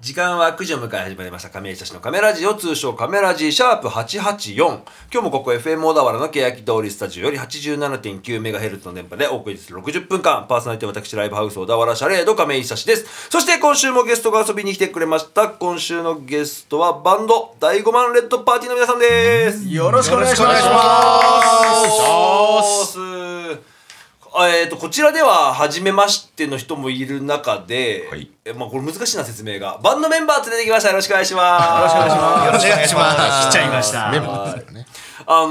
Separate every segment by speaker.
Speaker 1: 時間は9時を迎え始まりました亀井久志のカメラジオ通称カメラジシャープ884今日もここ FM 小田原の欅通りスタジオより 87.9MHz の電波でお送りする60分間パーソナリティは私ライブハウス小田原シャレード亀井久志ですそして今週もゲストが遊びに来てくれました今週のゲストはバンド第5万レッドパーティーの皆さんです
Speaker 2: よろしくお願いします。
Speaker 1: えー、とこちらでは初めましての人もいる中で、
Speaker 3: はい
Speaker 1: えまあ、これ難しいな説明がバンドメンバー連れてきましたよろしくお願いします
Speaker 2: よろしくお願いします。来ちゃいました。
Speaker 3: メンバーですよね。
Speaker 1: あの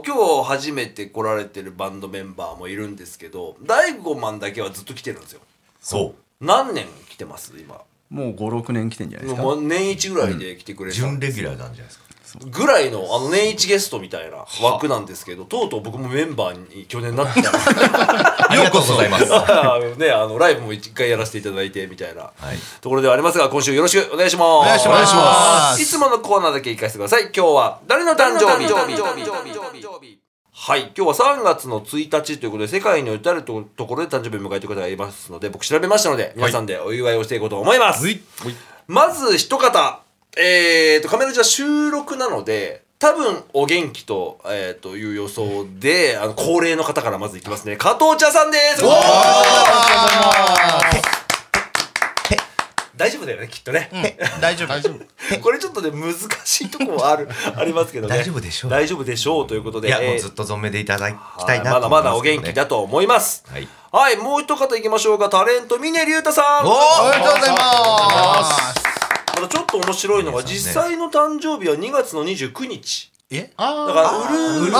Speaker 1: ー今日初めて来られてるバンドメンバーもいるんですけど大悟マンだけはずっと来てるんですよ
Speaker 3: そ
Speaker 1: 何年来てます今
Speaker 2: もう五六年来てんじゃないですか。
Speaker 1: もう年一ぐらいで来てく
Speaker 3: う
Speaker 1: れた、
Speaker 3: 準レギュラーなんじゃないですか。
Speaker 1: ぐらいのあの年一ゲストみたいな枠なんですけどとうとう僕もメンバーに去年なってたんです
Speaker 3: ありがとうございます。は。
Speaker 1: あのね、あのライブも一回やらせていただいてみたいないところではありますが今週よろしくお願いしますお
Speaker 3: 願いしますお願いします
Speaker 1: いつものコーナーだけ行かせてください今日は誰の誕生日はい今日は3月の1日ということで世界に至るとところで誕生日を迎えている方がいますので僕調べましたので皆さんでお祝いをしていこうと思います、まず一方えー、とカメラじゃ収録なので多分お元気と,、えー、という予想であの恒例の方からまずいきますね加藤茶さんです大丈夫だよねきっとね、
Speaker 3: 大丈夫。大丈夫。
Speaker 1: これちょっとね難しいとこはあるありますけどね
Speaker 3: 大丈夫でしょう
Speaker 1: 大丈夫でしょうということで
Speaker 3: いや、も
Speaker 1: え
Speaker 3: う
Speaker 1: ー
Speaker 3: ずっと存命でいただきたいな
Speaker 1: は
Speaker 3: と
Speaker 1: いまだ
Speaker 3: 思
Speaker 1: ま
Speaker 3: いすけ
Speaker 1: だお元
Speaker 3: どね
Speaker 1: 気だ。と思います
Speaker 3: はい
Speaker 1: はいもう一方いきましょうかタレント峰竜太さん
Speaker 3: おお、おめでとうございます。
Speaker 1: またちょっと面白いのが実際の誕生日は2月の29日
Speaker 4: え
Speaker 1: だ
Speaker 4: あ
Speaker 1: からうるうる年の人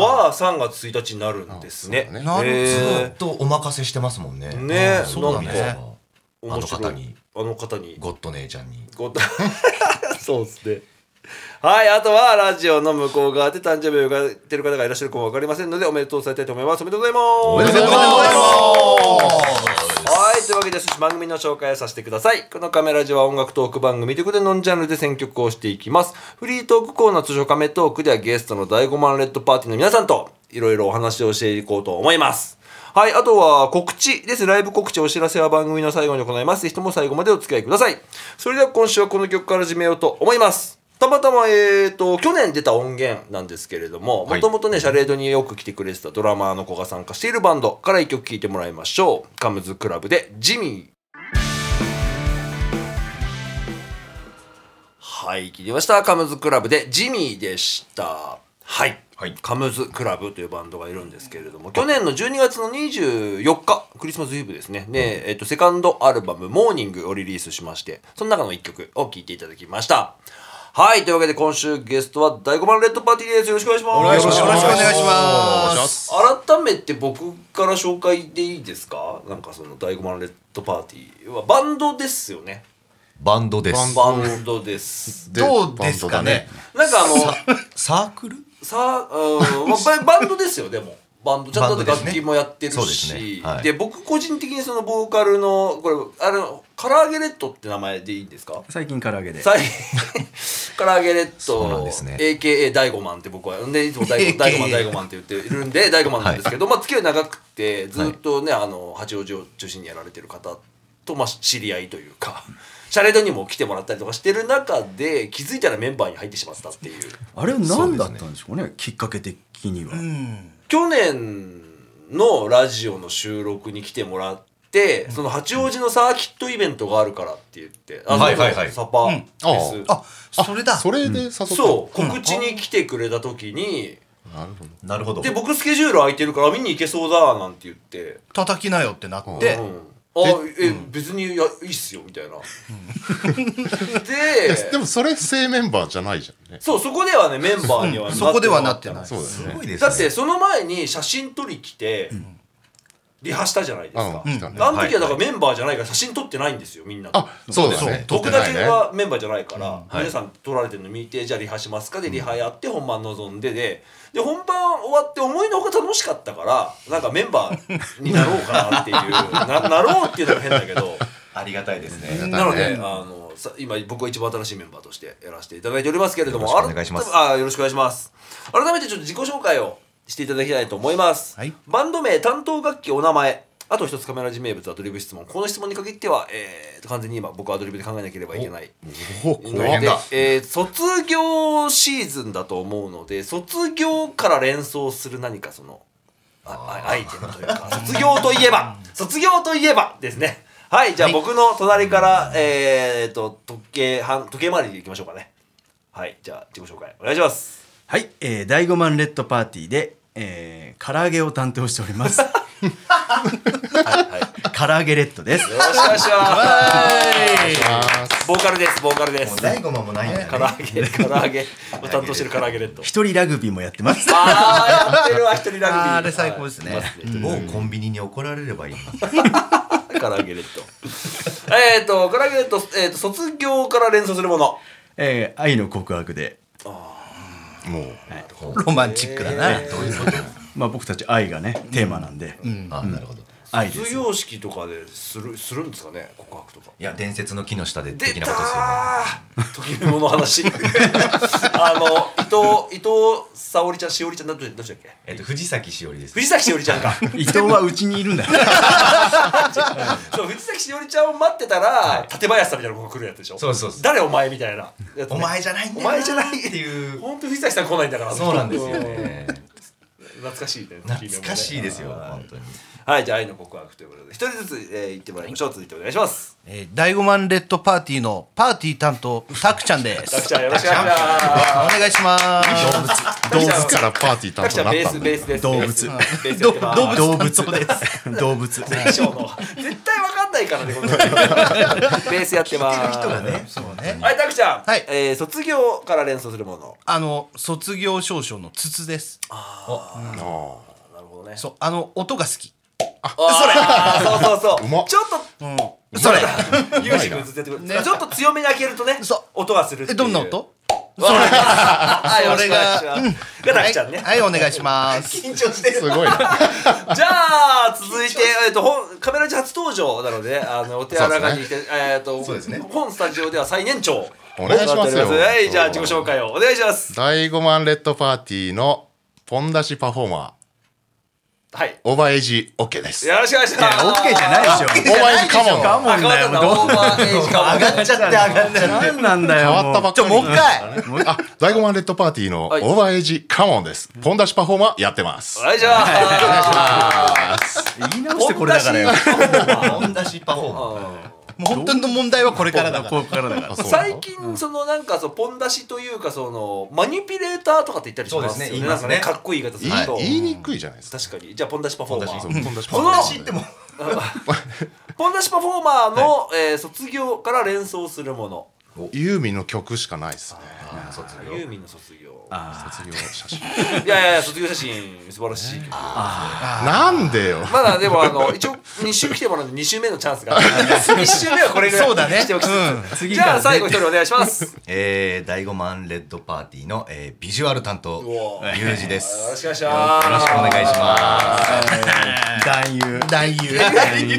Speaker 1: は3月1日になるんですね
Speaker 4: あそうだね
Speaker 3: なるず
Speaker 1: へ
Speaker 3: っとお任せしてますもんね。
Speaker 1: ね
Speaker 3: うんそうだね。
Speaker 1: なんかー
Speaker 3: あの方
Speaker 1: 面
Speaker 3: に
Speaker 1: 白いあの方に
Speaker 3: ゴッド姉ちゃんに。
Speaker 1: ご そうですね。はい、あとはラジオの向こう側で誕生日を迎えてる方がいらっしゃるかもわかりませんので、おめでとう伝えたいと思います。おめでとうございます。お
Speaker 3: めでとうござい
Speaker 1: ます。はい、というわけで、そして番組の紹介をさせてください。このカメラジオは音楽トーク番組ということで、ノンジャンルで選曲をしていきます。フリートークコーナー通称カメトークではゲストの第5万レッドパーティーの皆さんといろいろお話をしていこうと思います。はい、あとは告知です。ライブ告知お知らせは番組の最後に行います。ぜひとも最後までお付き合いください。それでは今週はこの曲から始めようと思います。たまたま、えー、と去年出た音源なんですけれども
Speaker 3: は
Speaker 1: も
Speaker 3: い
Speaker 1: ともとねシャレードによく来てくれてたドラマーの子が参加しているバンドから1曲聴いてもらいましょうカムズクラブで「ジミー」はい聞いてましたカムズクラブで「ジミー」でしたはい、
Speaker 3: はい
Speaker 1: カムズクラブというバンドがいるんですけれども去年の12月の24日クリスマスイブですねで、えっとセカンドアルバム「モーニング」をリリースしましてその中の1曲を聴いていただきましたはいというわけで今週ゲストは第5番レッドパーティーですよろしくお願いします
Speaker 3: よろしくお願いします
Speaker 4: ます。
Speaker 1: 改めて僕から紹介でいいですかなんかその第5番レッドパーティーはバンドですよね
Speaker 3: バンドで
Speaker 4: バ
Speaker 3: す
Speaker 4: ン。
Speaker 1: バンドです
Speaker 4: どうですかね。
Speaker 1: なんかあの
Speaker 3: サークル
Speaker 1: さあ、うんまあバイ、バンドですよでもバンドちゃんと
Speaker 3: バンドです
Speaker 1: 楽
Speaker 3: ね
Speaker 1: 器もやってる
Speaker 3: そうで
Speaker 1: し
Speaker 3: す
Speaker 1: で,、
Speaker 3: ねはい
Speaker 1: 僕個人的にそのボーカルのこれあのカラーゲレットって名前でいいんですか
Speaker 2: 最近唐揚げで。
Speaker 1: 最カラーゲレッ
Speaker 3: そうなん
Speaker 1: ト、
Speaker 3: ですね
Speaker 1: AKA 大悟マンって僕はでいつも大悟大悟マン
Speaker 3: AKA
Speaker 1: 大悟マンって言っているんで大悟マンなんですけど、まあ付き合い長くてずっとね、あの八王子を中心にやられてる方とまあ知り合いというか。 シャレードにも来てもらったりとかしてる中で気づいたらメンバーに入ってしまったっていう
Speaker 2: あれは何だったんでしょうね。きっかけ的には。
Speaker 1: 去年のラジオの収録に来てもらって、その八王子のサーキットイベントがあるからって言って、あの
Speaker 3: はいはいはい
Speaker 1: サパフ
Speaker 4: あ
Speaker 1: ェス、
Speaker 4: あ、それだ。
Speaker 5: それで誘った
Speaker 1: そう告知に来てくれた時に、
Speaker 5: なるほど
Speaker 3: なるほど。
Speaker 1: で僕スケジュール空いてるから見に行けそうだなんて言って、
Speaker 4: 叩きなよってなって
Speaker 1: う。んあえ、別にいやいいっすよみたいな。で
Speaker 5: でもそれ正メンバーじゃないじゃんね
Speaker 1: そうそこではねメンバーには
Speaker 4: そこではなってない。
Speaker 5: そう
Speaker 3: す
Speaker 5: だよ
Speaker 3: ご
Speaker 5: ね
Speaker 3: いですね。
Speaker 1: だってその前に写真撮り来て、リハしたじゃないですか。
Speaker 5: うんしたね
Speaker 1: あの時はだからメンバーじゃないから写真撮ってないんですよみんな
Speaker 5: あそうですね
Speaker 4: そう
Speaker 5: 撮っ
Speaker 1: 僕
Speaker 5: て
Speaker 1: だ
Speaker 5: ない
Speaker 1: け
Speaker 5: ね
Speaker 1: はメンバーじゃないから、
Speaker 3: はい
Speaker 1: 皆さん撮られてるの見てじゃあリハしますかでリハやって本番臨んででで本番終わって思いのほか楽しかったからなんかメンバーになろうかなっていう ななろうっていうのが変だけ ど
Speaker 3: ありがたいですね。
Speaker 1: なのであのさ今僕は一番新しいメンバーとしてやらせていただいておりますけれども
Speaker 3: よろしくお願いします
Speaker 1: 改めあよろしくお願いします改めてちょっと自己紹介をしていただきたいと思います、
Speaker 4: はい
Speaker 1: バンド名担当楽器お名前あと一つカメラ字名物アドリブ質問この質問に限っては、えーと完全に今僕はアドリブで考えなければいけない
Speaker 5: お
Speaker 1: の
Speaker 5: 怖い
Speaker 1: で
Speaker 5: な。、
Speaker 1: えー卒業シーズンだと思うので卒業から連想する何かそのああアイテムというか 卒業といえば卒業といえばですねはいじゃあ僕の隣から、えー、と時計は時計回りでいきましょうかねはいじゃあ自己紹介お願いします
Speaker 2: はい、えー、第5万レッドパーティーで、えー、唐揚げを担当しており ます
Speaker 1: はい、はい、よ
Speaker 2: 唐揚げレッドです
Speaker 1: ろしくお願いしま
Speaker 5: あー
Speaker 1: すボーカルですボーカルです
Speaker 3: 第五問もないんだ
Speaker 1: 唐
Speaker 3: ね。
Speaker 1: 揚げ唐揚げを担当してる唐揚げレッド
Speaker 2: 一人ラグビーもやってます
Speaker 1: ああやってるわ一人ラグビー
Speaker 3: あれ最高ですね
Speaker 1: はい。
Speaker 3: 某コンビニに怒られればいい。
Speaker 1: 唐揚げレッドえっと唐揚げレッド、えー、と卒業から連想するもの
Speaker 2: えー、愛の告白で
Speaker 5: もう
Speaker 3: ロマンチックだな。どういうこと？
Speaker 2: まあ僕たち愛がねテーマなんで、
Speaker 3: あ、なるほど。
Speaker 2: 愛で
Speaker 1: 卒
Speaker 2: す
Speaker 1: 業式とかでするするんですかね告白とか
Speaker 3: いや、伝説の木の下で
Speaker 1: 出
Speaker 3: 的な
Speaker 1: た
Speaker 3: ことですよね。
Speaker 1: ーときめもの話あの伊藤伊藤沙織ちゃんしおりちゃんどっちどっちだっけ
Speaker 3: えっと、藤崎しおりです。
Speaker 1: 藤崎しおりちゃんか
Speaker 2: 伊藤はうちにい るんだよ
Speaker 1: そう藤崎しおりちゃんを待ってたら、館林さんみたいな子が来るやつでしょ
Speaker 3: そうそうそう
Speaker 1: 誰お前みたいなやつね、
Speaker 3: お前じゃないん
Speaker 1: お
Speaker 3: だよな
Speaker 1: 前じゃない
Speaker 3: っていう
Speaker 1: 本当藤崎さん来ないんだから
Speaker 3: そうなんですよ ね。
Speaker 1: うん懐かしいね
Speaker 3: 懐かしいですよ、
Speaker 1: はい
Speaker 3: 本当に。
Speaker 1: はい、じゃあ愛の告白ということで、一人ずつ、えー、言ってもらいましょう。続いてお願いします。
Speaker 4: えー、第5万レッドパーティーのパーティー担当タクちゃんで
Speaker 1: たく
Speaker 4: す
Speaker 1: ちゃんよろしくお願いします。
Speaker 4: お願いします
Speaker 5: 動物からパーティー
Speaker 1: た
Speaker 5: 担
Speaker 1: くちゃ
Speaker 5: 当
Speaker 1: んベ
Speaker 5: に
Speaker 1: ー
Speaker 5: なった
Speaker 1: ス
Speaker 5: ん
Speaker 1: ベ
Speaker 5: だ
Speaker 1: ースです。
Speaker 2: 動物
Speaker 1: ベースベース
Speaker 2: 動物です動物
Speaker 1: 師匠の絶対わかんないからね。この人ベースやってます。
Speaker 3: 人がね、
Speaker 4: そうね
Speaker 1: はい、たくちゃん。
Speaker 4: はい
Speaker 1: えー卒業から連想するもの。
Speaker 4: あの卒業証書の筒です
Speaker 1: なるほどね。
Speaker 4: そうあの音が好き
Speaker 1: あーそうそうそう。
Speaker 5: うまっ
Speaker 1: ちょっと、それだ。ユージ君ずっとやってくる。ちょっと強めに開けるとね
Speaker 4: そ、う
Speaker 1: 音がするってい
Speaker 4: え
Speaker 1: う。
Speaker 4: どんな音
Speaker 1: はい、よろしくお願いします。がたくちゃんね。
Speaker 4: はい、はい、お願いします
Speaker 1: 緊張してる
Speaker 5: す。ごいな。
Speaker 1: じゃあ続いて、えっと本カメラジ初登場なのであのお手柔らかにして、えっと、
Speaker 3: そうですね
Speaker 1: 本スタジオでは最年長
Speaker 5: お願いしますよ
Speaker 1: はいじゃあ自己紹介をお願いします
Speaker 5: 第5万レッドパーティーのポン出しパフォーマ
Speaker 1: はい
Speaker 5: ー、オーバーエイジオッケーです。
Speaker 1: よろしくお願いし
Speaker 2: いや
Speaker 1: ます
Speaker 2: OK じゃないでしょ
Speaker 5: オーバーエイジカモン。
Speaker 2: ガモ
Speaker 1: あ
Speaker 2: ン
Speaker 1: 変わっ
Speaker 2: だ
Speaker 1: た
Speaker 2: よ
Speaker 1: んだ
Speaker 2: ど
Speaker 1: オーバーエイジかも
Speaker 3: 上がっちゃって上がっちゃっ
Speaker 2: うなんなんだよ
Speaker 5: 変わったばっ
Speaker 4: ち
Speaker 5: か
Speaker 4: ょ
Speaker 5: り。
Speaker 4: もう一回
Speaker 5: あ、第5万レッドパーティーのオ
Speaker 1: はい
Speaker 5: ーバーエイジカモンです。ポン出しパフォーマーやってます
Speaker 1: お。願いします
Speaker 2: 言い直してこれだからよ
Speaker 3: て。本出しパフォーマー。
Speaker 4: もう本当の問題はこれからだから
Speaker 2: ここからだから
Speaker 5: あそうなの
Speaker 1: 最近そのなんかそのポン出しというかそのマニピュレーターとかって言ったりします
Speaker 3: そうですね
Speaker 1: よね
Speaker 3: 言い
Speaker 1: な
Speaker 3: ま
Speaker 1: ん
Speaker 3: す
Speaker 1: か
Speaker 3: ね
Speaker 1: ねかっこいい言い方す
Speaker 5: 言い
Speaker 1: ると
Speaker 5: 言いにくいじゃないですか。
Speaker 1: 確かにじゃあポン出しパフォーマ
Speaker 5: そ
Speaker 1: ー
Speaker 5: うポン出しパ
Speaker 1: こ
Speaker 5: フォ
Speaker 1: の
Speaker 5: ーマ
Speaker 3: 知っても
Speaker 1: ポン出しパフォーマーの、えー卒業から連想するもの
Speaker 5: ー。ユーミンの曲しかないですね。
Speaker 3: 卒業
Speaker 1: ユーミンの卒業
Speaker 5: 卒業写真。
Speaker 1: いやいやいや卒業写真素晴らしい
Speaker 5: なんでよ。
Speaker 1: まだでもあの一応2週来てもらうんで2週目のチャンスがある1週目はこれぐらい
Speaker 4: そうだね
Speaker 1: にしておきつつ
Speaker 2: うん
Speaker 1: じゃあ最後一人お願いします
Speaker 3: えー、第5万レッドパーティーの、えー、ビジュアル担当
Speaker 1: うわ、
Speaker 3: ゆうじで
Speaker 1: よろし
Speaker 3: す。
Speaker 1: くお願いします
Speaker 3: よろしくお願いしま
Speaker 2: 男優
Speaker 4: 男優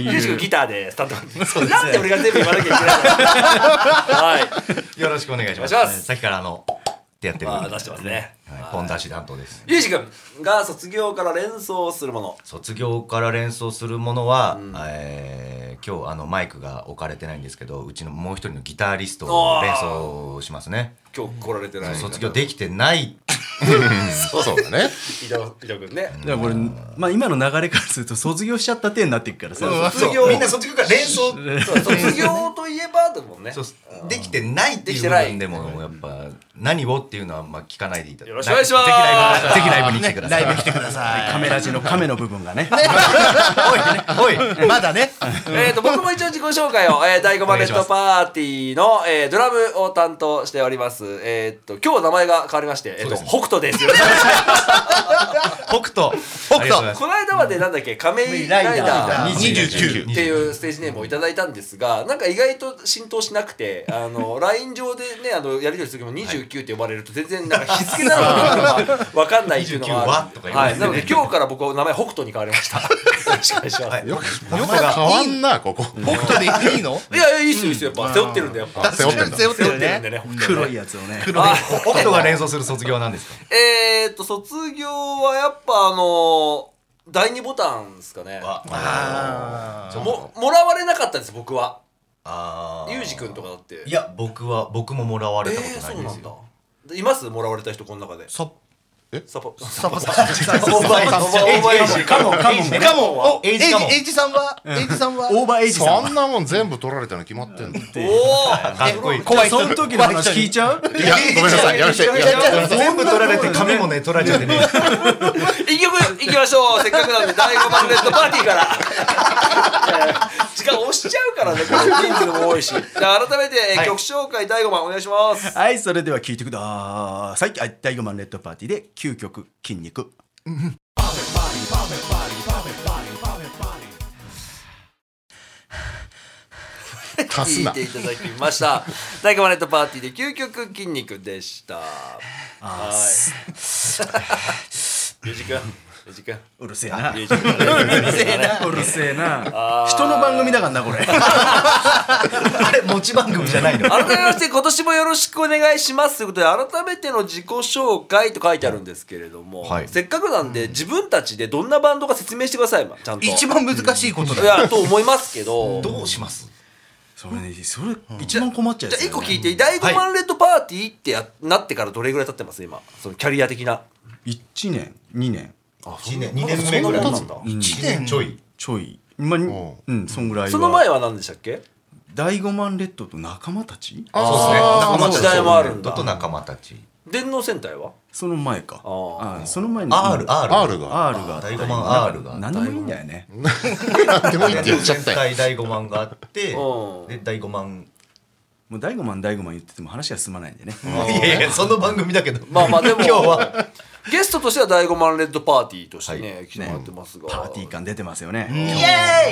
Speaker 1: ゆうじくんギターでスタンドなんで俺が全部言わなきゃいけないのはい
Speaker 3: す。よろしくお願いします。
Speaker 1: お願いします
Speaker 3: えーさっきからあの、ってやってる。
Speaker 1: あー出してますね
Speaker 3: はい。ポン出し担当です。
Speaker 1: ゆうじくんが卒業から連想するもの
Speaker 3: 卒業から連想するものは、えー今日あのマイクが置かれてないんですけどうちのもう一人のギタリストを連想しますね
Speaker 1: 今日来られてない
Speaker 3: 卒業できてない
Speaker 5: そうだね。
Speaker 1: 伊藤伊藤くんね
Speaker 2: だからこれ、まあ、今の流れからすると卒業しちゃった手になっていくからさ、
Speaker 1: 卒業
Speaker 3: みんな卒業から連想
Speaker 1: そう卒業といえばだもんね
Speaker 3: そうできてないっていう部分でもやっぱ何をっていうのはまあ聞かないでいただ
Speaker 1: よろしくお願いします
Speaker 3: ぜひライブぜひライブに来てください
Speaker 4: ライブ来てください
Speaker 2: カメラ地の亀の部分がね
Speaker 3: おいねおい
Speaker 4: まだね
Speaker 1: えー、と僕も一応自己紹介を、えー、第5マレットパーティーの、えー、ドラムを担当しております、えー、と今日名前が変わりまして、えーと北斗ですよろしくお願いし
Speaker 3: 北斗ありがとうござ
Speaker 4: 斗
Speaker 3: い
Speaker 1: ま
Speaker 3: ますす
Speaker 1: この間までなんだっけ亀井ライダー
Speaker 4: 29
Speaker 5: 29
Speaker 1: っていうステージネームをいただいたんですがなんか意外と浸透しなくてあの LINE 上でねあのやり取りする時も29って呼ばれると全然なんか日付なのかどうか分かんないっていうのがある
Speaker 3: 29はとか言わ
Speaker 1: は
Speaker 3: れ
Speaker 1: い、
Speaker 3: て
Speaker 1: なので今日から僕は名前北斗に変わりましたよろしくお願いします、い
Speaker 5: よく、名前変わんな、ここ。
Speaker 4: 北斗でいいの
Speaker 1: やいやいいっすよいいっすよやっぱ背負ってるんでやっぱ
Speaker 5: 背負ってんだ
Speaker 4: 背負っ
Speaker 1: 背
Speaker 4: て
Speaker 1: 負
Speaker 4: る
Speaker 1: ってるん
Speaker 4: ね
Speaker 1: でね
Speaker 2: 黒いやつをね
Speaker 1: 黒い
Speaker 3: 北斗が連想する卒業は何ですか
Speaker 1: えー、っと卒業はやっぱあの第二ボタンですかね
Speaker 3: わ
Speaker 4: あー
Speaker 1: ももらわれなかったです僕は
Speaker 3: あー
Speaker 1: ユージ君とかだって
Speaker 3: いや僕は僕ももらわれたことない
Speaker 1: え
Speaker 3: ん
Speaker 1: ー
Speaker 3: で
Speaker 1: そ
Speaker 3: す
Speaker 1: うなん
Speaker 3: よ、
Speaker 1: だでいますもらわれた人この中で
Speaker 4: サ
Speaker 1: サポサ
Speaker 4: サポサポサポ
Speaker 1: ポサポ
Speaker 2: カモンカモン
Speaker 4: カモンお
Speaker 3: エ
Speaker 4: エ
Speaker 3: イ
Speaker 4: イ
Speaker 3: ジ
Speaker 4: ジ
Speaker 3: カモン
Speaker 4: エイジさんはエイジさんは
Speaker 2: オーバーエイジさん
Speaker 5: そんなもん全部取られたの決まってんの。い
Speaker 1: おー
Speaker 3: かっこいい
Speaker 4: 怖い人
Speaker 2: その時の話聞いちゃう
Speaker 5: や、ごめんなさい、やめて。いや
Speaker 3: 全部取られて髪もね取られちゃってね
Speaker 1: 一曲いきましょうせっかくなんで第5番レッドパーティーからえー時間押しちゃうからねこの人数も多いしじゃあ改めて、えー曲紹介第5番お願いします
Speaker 2: はいそれでは聞いてくださいはい第5番レッドパーティーで9曲「筋肉」
Speaker 5: 足す
Speaker 1: 聞い
Speaker 5: な
Speaker 1: て。いただきました第5番レッドパーティーで究極筋肉でしたはい ユージ君ユージ君
Speaker 2: うるせえな
Speaker 1: ユージ 君
Speaker 2: うるせえなうるせえな 人の番組だからなこれ
Speaker 3: あれ持ち番組じゃないの
Speaker 1: 改めまして今年もよろしくお願いしますということで改めての自己紹介と書いてあるんですけれども、
Speaker 3: はい
Speaker 1: せっかくなんで自分たちでどんなバンドか説明してくださいまあちゃんと
Speaker 4: 一番難しいこと
Speaker 1: い
Speaker 4: だ
Speaker 1: やと思いますけど
Speaker 3: どうします
Speaker 2: それねそれ一番困っちゃう
Speaker 1: じゃあ
Speaker 2: やつだよ
Speaker 1: 1個
Speaker 2: ね
Speaker 1: 聞いて第5番レッドパーティーってやなってからどれぐらい経ってます今そのキャリア的な
Speaker 2: 1年2年
Speaker 3: 1年2年目ぐらい
Speaker 1: そんなもんなんだ
Speaker 3: 1年ちょい
Speaker 2: ちょいまあにうんそんぐらいは
Speaker 1: その前は何でしたっけ
Speaker 2: 第5万レッドと仲間たち
Speaker 3: そうですね仲間たち
Speaker 1: 時代もあるんだ
Speaker 3: と仲間たち
Speaker 1: 電脳戦隊は
Speaker 2: その前か
Speaker 1: あー
Speaker 2: あーその前に
Speaker 3: R R
Speaker 5: R が。
Speaker 2: R があったり
Speaker 3: 第五万 R が
Speaker 2: 何でもいいんだよね
Speaker 5: なんでもいいって言っちゃったよ。
Speaker 3: 第5万があって
Speaker 1: うん
Speaker 3: で第5万
Speaker 2: もう第5万第5万言ってても話が進まないんでね
Speaker 3: いやいやその番組だけど
Speaker 1: まあまあでも
Speaker 3: 今日は
Speaker 1: ゲストとしては第5万レッドパーティーとしてね、来てもらってますが
Speaker 2: パーティー感出てますよね
Speaker 3: イ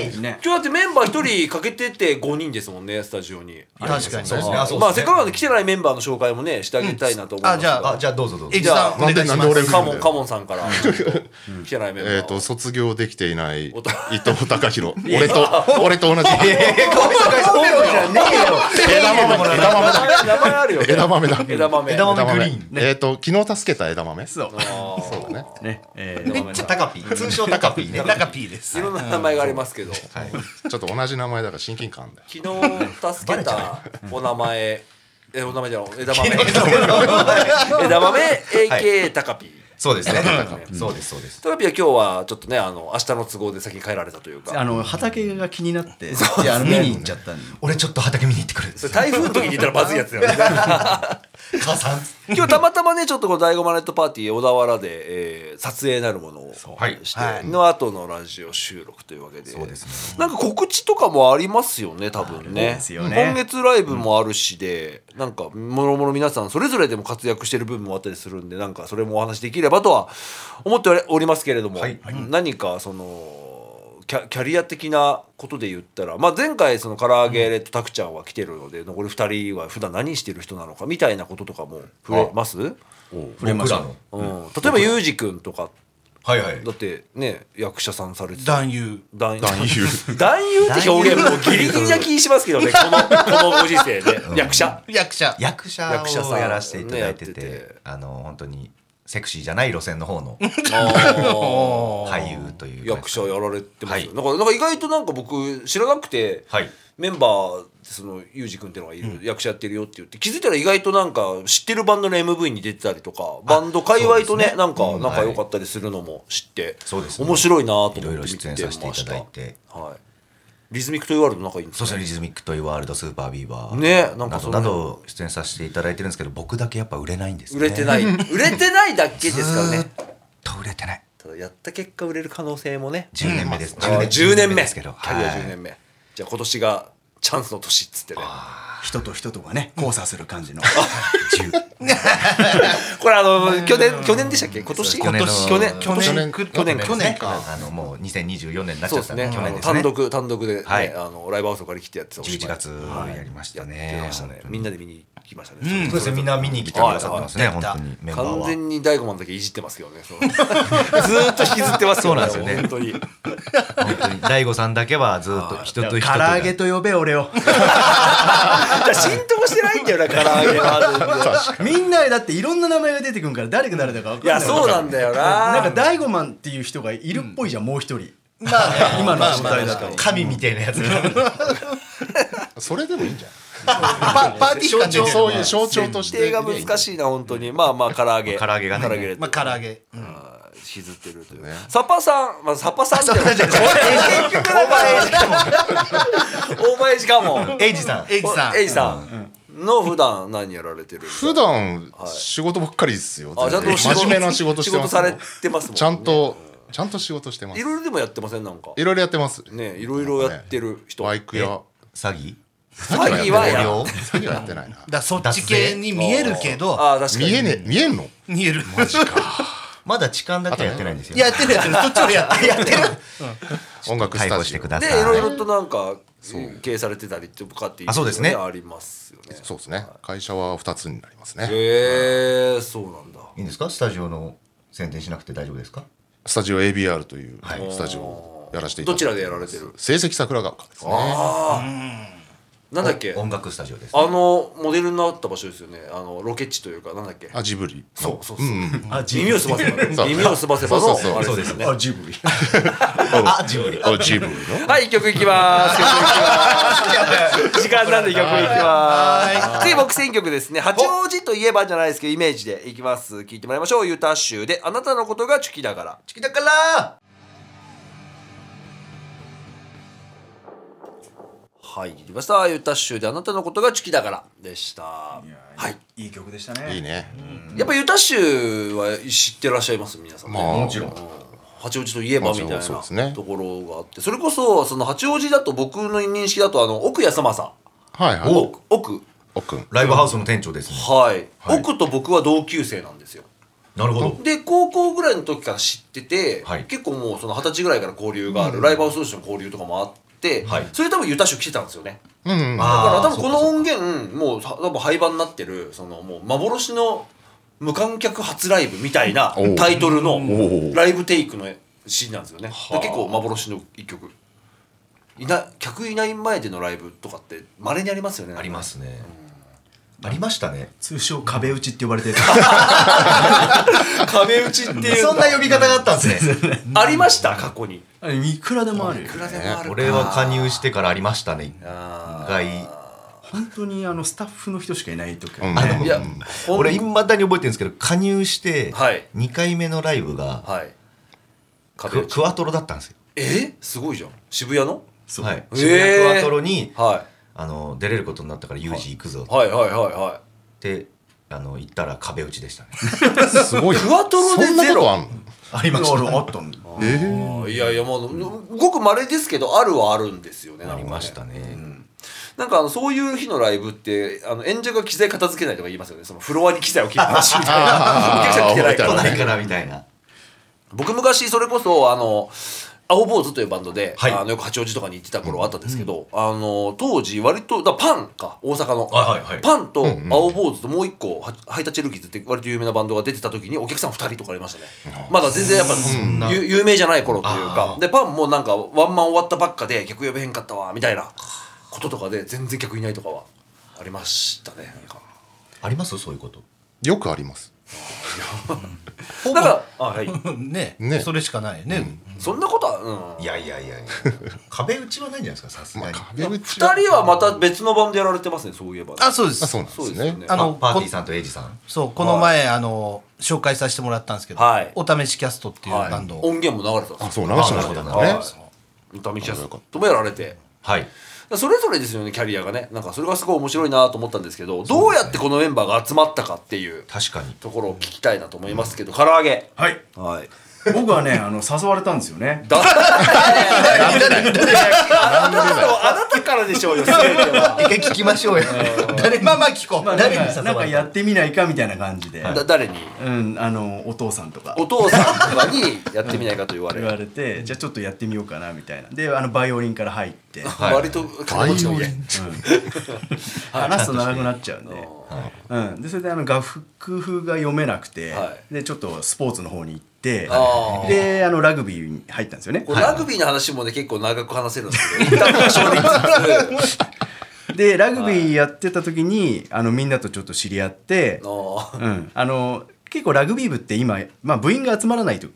Speaker 3: エーイ
Speaker 2: ね
Speaker 1: 今日だってメンバー1人欠けてて5人ですもんねスタジオに。
Speaker 3: 確かにそうですね
Speaker 1: ま
Speaker 3: あ
Speaker 1: あ
Speaker 3: そうですね
Speaker 1: まあせっかくなんで来てないメンバーの紹介もねしてあげたいなと思います、
Speaker 4: うんあじゃ
Speaker 3: あじゃあどうぞどうぞ
Speaker 4: エイジさんお願
Speaker 5: なん
Speaker 4: いし
Speaker 5: で、
Speaker 4: ます
Speaker 5: なんで俺が
Speaker 1: カモン
Speaker 5: 言うんだ
Speaker 1: カ
Speaker 5: よ。
Speaker 1: モンさんから来てないメンバー
Speaker 5: えっと、卒業できていない伊
Speaker 1: おと
Speaker 5: 藤隆弘。俺と、俺と同じ。枝豆、枝豆だ。
Speaker 1: あ名前あるよね
Speaker 5: 枝豆だ。
Speaker 1: 枝豆
Speaker 3: 枝豆
Speaker 5: 枝豆
Speaker 3: グリーン
Speaker 5: えっと、昨日助けた枝豆。そう
Speaker 2: そう
Speaker 5: だね。
Speaker 2: ねえ
Speaker 1: 枝
Speaker 2: ー
Speaker 1: 豆
Speaker 3: ちょタカピー通称タカピーね
Speaker 4: 中 P です
Speaker 1: いろんな名前がありますけど昨
Speaker 3: はい
Speaker 5: ちょっと同じ名前だから親近感だよ。
Speaker 1: 日助けたお名前えお名前じゃない枝豆枝豆 AK タカピー
Speaker 3: そうですねそうですそうです
Speaker 1: タカピーは今日はちょっとねあの明日の都合で先に帰られたというか
Speaker 2: あの畑が気になって いやあの見に行っちゃったんで
Speaker 3: 俺ちょっと畑見に行ってくる
Speaker 1: それ台風の時に言ったらまずいやつだよね
Speaker 3: 母さん
Speaker 1: 今日たまたまねちょっとこの第5マネットパーティー小田原で、えー撮影なるものをして、
Speaker 3: はい
Speaker 1: の後のラジオ収録というわけで
Speaker 3: そうです
Speaker 1: なんか告知とかもありますよね多分ね
Speaker 2: ですよね
Speaker 1: 今月ライブもあるしで、なんかもろもろ皆さんそれぞれでも活躍してる部分もあったりするんでなんかそれもお話できればとは思っておりますけれども、
Speaker 3: はいはい
Speaker 1: 何かその。キャキャリア的なことで言ったら、まあ、前回その唐揚げレッドタクちゃんは来てるので、残り2人は普段何してる人なのかみたいなこととかも触れます、うん、例
Speaker 3: 触れましたの
Speaker 1: えばユージ君とか
Speaker 3: はいはい
Speaker 1: だってね役者さんされてた
Speaker 4: 男優
Speaker 1: 男優
Speaker 5: 男 優。
Speaker 1: 男優って表現もうギリギリな気しますけどねこのこのご時世で、役者
Speaker 4: 役者
Speaker 3: 役者
Speaker 1: 役者さ
Speaker 3: を
Speaker 1: ん
Speaker 3: やらせていただいて
Speaker 1: ねやってて
Speaker 3: てあの本当にセクシーじゃない路線の方の俳優というか
Speaker 1: 役者やられてますよ、
Speaker 3: はい
Speaker 1: なんかなんか意外となんか僕知らなくて、
Speaker 3: はい
Speaker 1: メンバーそのユージ君っていうのがいる、役者やってるよって言って気づいたら意外となんか知ってるバンドの MV に出てたりとかバンド界隈とね
Speaker 3: そうですね
Speaker 1: なんか
Speaker 3: うん
Speaker 1: 仲良かったりするのも知って、
Speaker 3: そうですね
Speaker 1: 面白いなと思って
Speaker 3: い
Speaker 1: 見
Speaker 3: ろいろ
Speaker 1: て
Speaker 3: 出演させていただい
Speaker 1: ま
Speaker 3: て
Speaker 1: したはい、リズミックと言われると仲いいんです
Speaker 3: そ
Speaker 1: ね
Speaker 3: うですねリズミックといワールドスーパービーバー
Speaker 1: ねなんか
Speaker 3: な
Speaker 1: その
Speaker 3: どなど出演させていただいてるんですけど僕だけやっぱ売れないんですね
Speaker 1: 売れてない売れてないだけですからね
Speaker 3: と売れてない
Speaker 1: ただやった結果売れる可能性もね
Speaker 3: 10年目です、
Speaker 1: あー10年目
Speaker 3: ですけど
Speaker 1: キャリア
Speaker 3: はい
Speaker 1: 10年目、じゃあ今年がチャンスの年っつってね
Speaker 2: 人と人とがね交差する感じの
Speaker 1: これあの去年去年でしたっけ今年
Speaker 3: 去年の
Speaker 1: 去年
Speaker 3: 去
Speaker 5: 年
Speaker 1: 去年
Speaker 5: 去年
Speaker 1: 去年か
Speaker 3: あのもう2024年になっち
Speaker 1: そうで
Speaker 3: ゃっ
Speaker 1: す
Speaker 3: た
Speaker 1: ね
Speaker 3: ね去年ですね
Speaker 1: 単独単独でね、
Speaker 3: はい
Speaker 1: あのライブハウスを借り切ってやってたお芝居
Speaker 3: 11月やりましたね
Speaker 1: やってましたね
Speaker 3: 本当に
Speaker 1: みんなで見に行きましたね、
Speaker 3: そうですねみんな見に来てくださってますね本当にメンバー
Speaker 1: 完
Speaker 3: は
Speaker 1: 全に大悟マンだけいじってますけどね そうずーっと引きずってますよね
Speaker 3: そうなんですよね
Speaker 1: 本当に
Speaker 3: 本当に大悟さんだけはずっと人と人と
Speaker 2: 唐揚げと呼べ俺を
Speaker 1: から浸透してないんだよな唐揚げ は
Speaker 2: みんなだっていろんな名前が出てくるから誰が誰だか分かん
Speaker 1: い
Speaker 2: な
Speaker 1: や
Speaker 2: い
Speaker 1: そうなんだよな
Speaker 2: なんか大悟マンっていう人がいるっぽいじゃん、もう一人 今の状態だと、
Speaker 3: 神みたいなやつが
Speaker 5: それでもいいんじゃな
Speaker 4: パパーティー感
Speaker 5: い
Speaker 4: 出てる
Speaker 5: そういう象徴と
Speaker 1: 否
Speaker 5: し
Speaker 1: 定
Speaker 5: て
Speaker 1: が難しいな本当にまあまあ唐揚げ
Speaker 3: 唐揚げがね
Speaker 1: 唐揚げ
Speaker 4: まあ唐揚げうん
Speaker 1: あーしずってるというサパさんまあサパさんってお前結局だからお前しかも
Speaker 3: エイジさん
Speaker 4: エイジさん
Speaker 1: エイジさんの普段何やられてる
Speaker 5: 普段仕事ばっかりですよ
Speaker 1: あちゃ
Speaker 5: 全
Speaker 1: んと
Speaker 5: 然
Speaker 1: 仕事
Speaker 5: 真面目な仕事してま
Speaker 1: 仕
Speaker 5: す
Speaker 1: されてますもんね
Speaker 5: ちゃんとちゃんと仕事してま
Speaker 1: い
Speaker 5: す
Speaker 1: ろいろでもやってませんなんか
Speaker 5: いろいろやってます
Speaker 1: ねいろいろやってる人
Speaker 5: バイクや
Speaker 3: 詐欺
Speaker 1: 詐欺はや
Speaker 3: 同僚
Speaker 5: 詐欺はやって ない
Speaker 4: だ
Speaker 5: な
Speaker 4: からそっち系に見えるけど
Speaker 1: あー確かに
Speaker 5: 見えねえ見えんの
Speaker 4: 見える
Speaker 3: まだ痴漢だけはやってないんですよ
Speaker 4: やってるやってるそっちもやってるやってる
Speaker 5: 音楽ス
Speaker 3: 介
Speaker 5: タ
Speaker 3: 護し
Speaker 5: ジ
Speaker 3: て
Speaker 5: オ
Speaker 3: くだ
Speaker 1: で
Speaker 3: さ
Speaker 1: い
Speaker 3: い
Speaker 1: ろいろとなんか経営されてたりとかっていう
Speaker 3: あそうですね
Speaker 1: のがありますよね
Speaker 5: そうですね会社は二つになりますね
Speaker 1: へえそうなんだ
Speaker 3: いいんですかスタジオの宣伝しなくて大丈夫ですか
Speaker 5: スタジオ ABR というスタジオをやらせていた
Speaker 1: ど
Speaker 5: だ
Speaker 1: ち
Speaker 5: いて
Speaker 1: らでやられてる
Speaker 5: 成績桜川丘ですね
Speaker 1: なんだっけ
Speaker 3: 音楽スタジオです
Speaker 1: あのモデルになった場所ですよねあのロケ地というかなんだっけ
Speaker 5: あジブリ
Speaker 1: そうそうそう
Speaker 3: あ
Speaker 1: 耳をすばせば
Speaker 5: そう
Speaker 1: 耳をすばせば
Speaker 5: そうそうそう
Speaker 1: のあれですね
Speaker 2: ジブリ
Speaker 3: あジブリ
Speaker 5: あジブリの
Speaker 1: はい、一曲いきます。曲いきます時間なんで曲いきます。次、僕選曲ですね。八王子といえばじゃないですけど、イメージでいきます。聞いてもらいましょう。ユタ州で、あなたのことがチュキだから。
Speaker 3: チキだから
Speaker 1: はい、聞きました。ユタ州で、あなたのことがチュキだから。でした。はい。
Speaker 2: いい曲でし たね
Speaker 5: いいね
Speaker 1: やっぱユタ州は知ってらっしゃいます、皆さんね。
Speaker 5: まあ
Speaker 3: もちろん
Speaker 1: 八王子といえばみたい
Speaker 5: まあそうそうです
Speaker 1: な
Speaker 5: ね
Speaker 1: ところがあってそれこそその八王子だと僕の認識だとあの奥安間さん
Speaker 5: はいはい
Speaker 1: 奥奥
Speaker 5: おくん
Speaker 3: ライブハウスの店長ですね
Speaker 1: はい、奥と僕は同級生なんですよ
Speaker 3: なるほど
Speaker 1: で高校ぐらいの時から知ってて、
Speaker 3: はい
Speaker 1: 結構もうその二十歳ぐらいから交流がある、ライバル同士の交流とかもあって、
Speaker 3: はい
Speaker 1: それ多分ユタ州来てたんですよね
Speaker 5: うんうん
Speaker 1: だ
Speaker 3: あ
Speaker 1: から
Speaker 3: ー
Speaker 1: 多分この
Speaker 3: そうかそうか
Speaker 1: 音源もうさ多分廃盤になってるそのもう幻の無観客初ライブみたいな
Speaker 5: おう
Speaker 1: タイトルの
Speaker 5: おう
Speaker 1: ライブテイクのシーンなんですよねで結構幻の一曲いな客いない前でのライブとかってまれにありますよね
Speaker 3: ありますねありましたね
Speaker 2: 通称壁打ちって呼ばれてる
Speaker 1: 壁打ちっていう
Speaker 3: そんな呼び方があったんですね
Speaker 1: ありました過去にい
Speaker 2: あれいくらでもあるよ
Speaker 1: くらでもあるか
Speaker 3: 俺は加入してからありましたね
Speaker 1: あ
Speaker 3: がい
Speaker 2: 本当にあのスタッフの人しかいない時、
Speaker 5: うん
Speaker 2: あ
Speaker 1: ーいやほん
Speaker 3: 俺いまだに覚えてるんですけど加入して
Speaker 1: はい
Speaker 3: 2回目のライブが
Speaker 1: はい壁打
Speaker 3: ク
Speaker 1: ち
Speaker 3: クワトロだったんですよ
Speaker 1: えすごいじゃん渋谷の
Speaker 3: はい
Speaker 1: へー
Speaker 3: 渋谷クワトロに
Speaker 1: は
Speaker 3: あの出れることになったからユージ行くぞ
Speaker 1: いはいはいはいは
Speaker 3: ってあの行ったら壁打ちでしたね
Speaker 5: すごい
Speaker 1: クワトロで
Speaker 5: そんな
Speaker 1: ゼ
Speaker 5: こ
Speaker 1: ロ
Speaker 5: とあんの
Speaker 3: ありました
Speaker 2: れあったんだ
Speaker 1: いいやいやまあごく稀ですけどあるはあるんですよねなん
Speaker 3: あ
Speaker 1: かね
Speaker 3: りましたね
Speaker 1: なんかあのそういう日のライブってあの演者が機材片付けないとか言いますよねそのフロアに機材置きっぱなしみたいなお客さん来てないか
Speaker 5: あー
Speaker 1: ら
Speaker 5: 置いてある
Speaker 3: ないからみたいな
Speaker 1: 僕昔それこそあの青坊主というバンドで、
Speaker 3: はい
Speaker 1: あのよく八王子とかに行ってた頃はあったんですけど、あの当時割とだパンか大阪の、
Speaker 3: はいはいはい
Speaker 1: パンと青坊主ともう一個はハイタッチェルキーズって割と有名なバンドが出てた時にお客さん2人とかありましたねまだ全然やっぱ、ゆ有名じゃない頃というか
Speaker 3: あー
Speaker 1: でパンもなんかワンマン終わったばっかで客呼べへんかったわみたいなこととかで全然客いないとかはありましたねなんか
Speaker 3: ありますそういうこと
Speaker 5: よくあります
Speaker 1: だからあはい
Speaker 4: ね
Speaker 5: ね
Speaker 4: それしかないよね
Speaker 1: そんなことはうん
Speaker 3: いやいやいやいや壁打ちはないんじゃないですかさすがに
Speaker 5: 壁打ち
Speaker 1: 2人はまた別のバンドやられてますねそういえばね
Speaker 4: あそうで
Speaker 5: あそ
Speaker 4: す
Speaker 5: うなんで
Speaker 1: そう
Speaker 5: す
Speaker 1: ですよ
Speaker 5: ね
Speaker 1: ね
Speaker 4: あの
Speaker 3: パパーティー
Speaker 4: こ
Speaker 3: さんとエイジさん
Speaker 4: そうこの前あの紹介させてもらったんですけど
Speaker 1: はい
Speaker 4: お試しキャストっていう
Speaker 1: はい
Speaker 4: バンド
Speaker 1: 音源も流れてた
Speaker 5: あそう流してま
Speaker 3: あ
Speaker 5: し
Speaker 3: なる
Speaker 5: た
Speaker 3: ほど
Speaker 5: ね
Speaker 3: なるほ
Speaker 1: 歌見キャストもやられて
Speaker 3: はい
Speaker 1: それぞれですよねキャリアがねなんかそれがすごい面白いなと思ったんですけどどうやってこのメンバーが集まったかっていう
Speaker 3: 確かに
Speaker 1: ところを聞きたいなと思いますけど唐揚げ
Speaker 2: はい
Speaker 1: はい
Speaker 2: 僕はねあの誘われたんですよね
Speaker 1: だあなたのあなたからでしょうよ全ては
Speaker 3: 一回聞きましょうよ誰にまあまあ聞こう
Speaker 2: まあ
Speaker 3: 誰に
Speaker 2: なん
Speaker 3: 誘われ
Speaker 2: かな
Speaker 3: た
Speaker 2: んかやってみないかみたいな感じで、
Speaker 1: だ誰に
Speaker 2: うん、あのお父さんとか
Speaker 1: お父さんとかにやってみないかと言われ
Speaker 2: 言
Speaker 1: る
Speaker 2: われて、じゃあちょっとやってみようかなみたいなであのバイオリンから入って、
Speaker 3: はい
Speaker 1: 割と金持ちの家
Speaker 2: 話すと長くなっちゃうんで,、うん、でそれであの楽譜が読めなくて、
Speaker 1: は
Speaker 2: でちょっとスポーツの方に行って
Speaker 1: あー
Speaker 2: であのラグビーに入ったんですよね
Speaker 1: これラグビーの話もね結構長く話せるんですけど一旦交渉できつつ
Speaker 2: でラグビーやってた時にあのみんなとちょっと知り合って、
Speaker 1: あー
Speaker 2: うん、あの結構ラグビー部って今、まあ、部員が集まらないと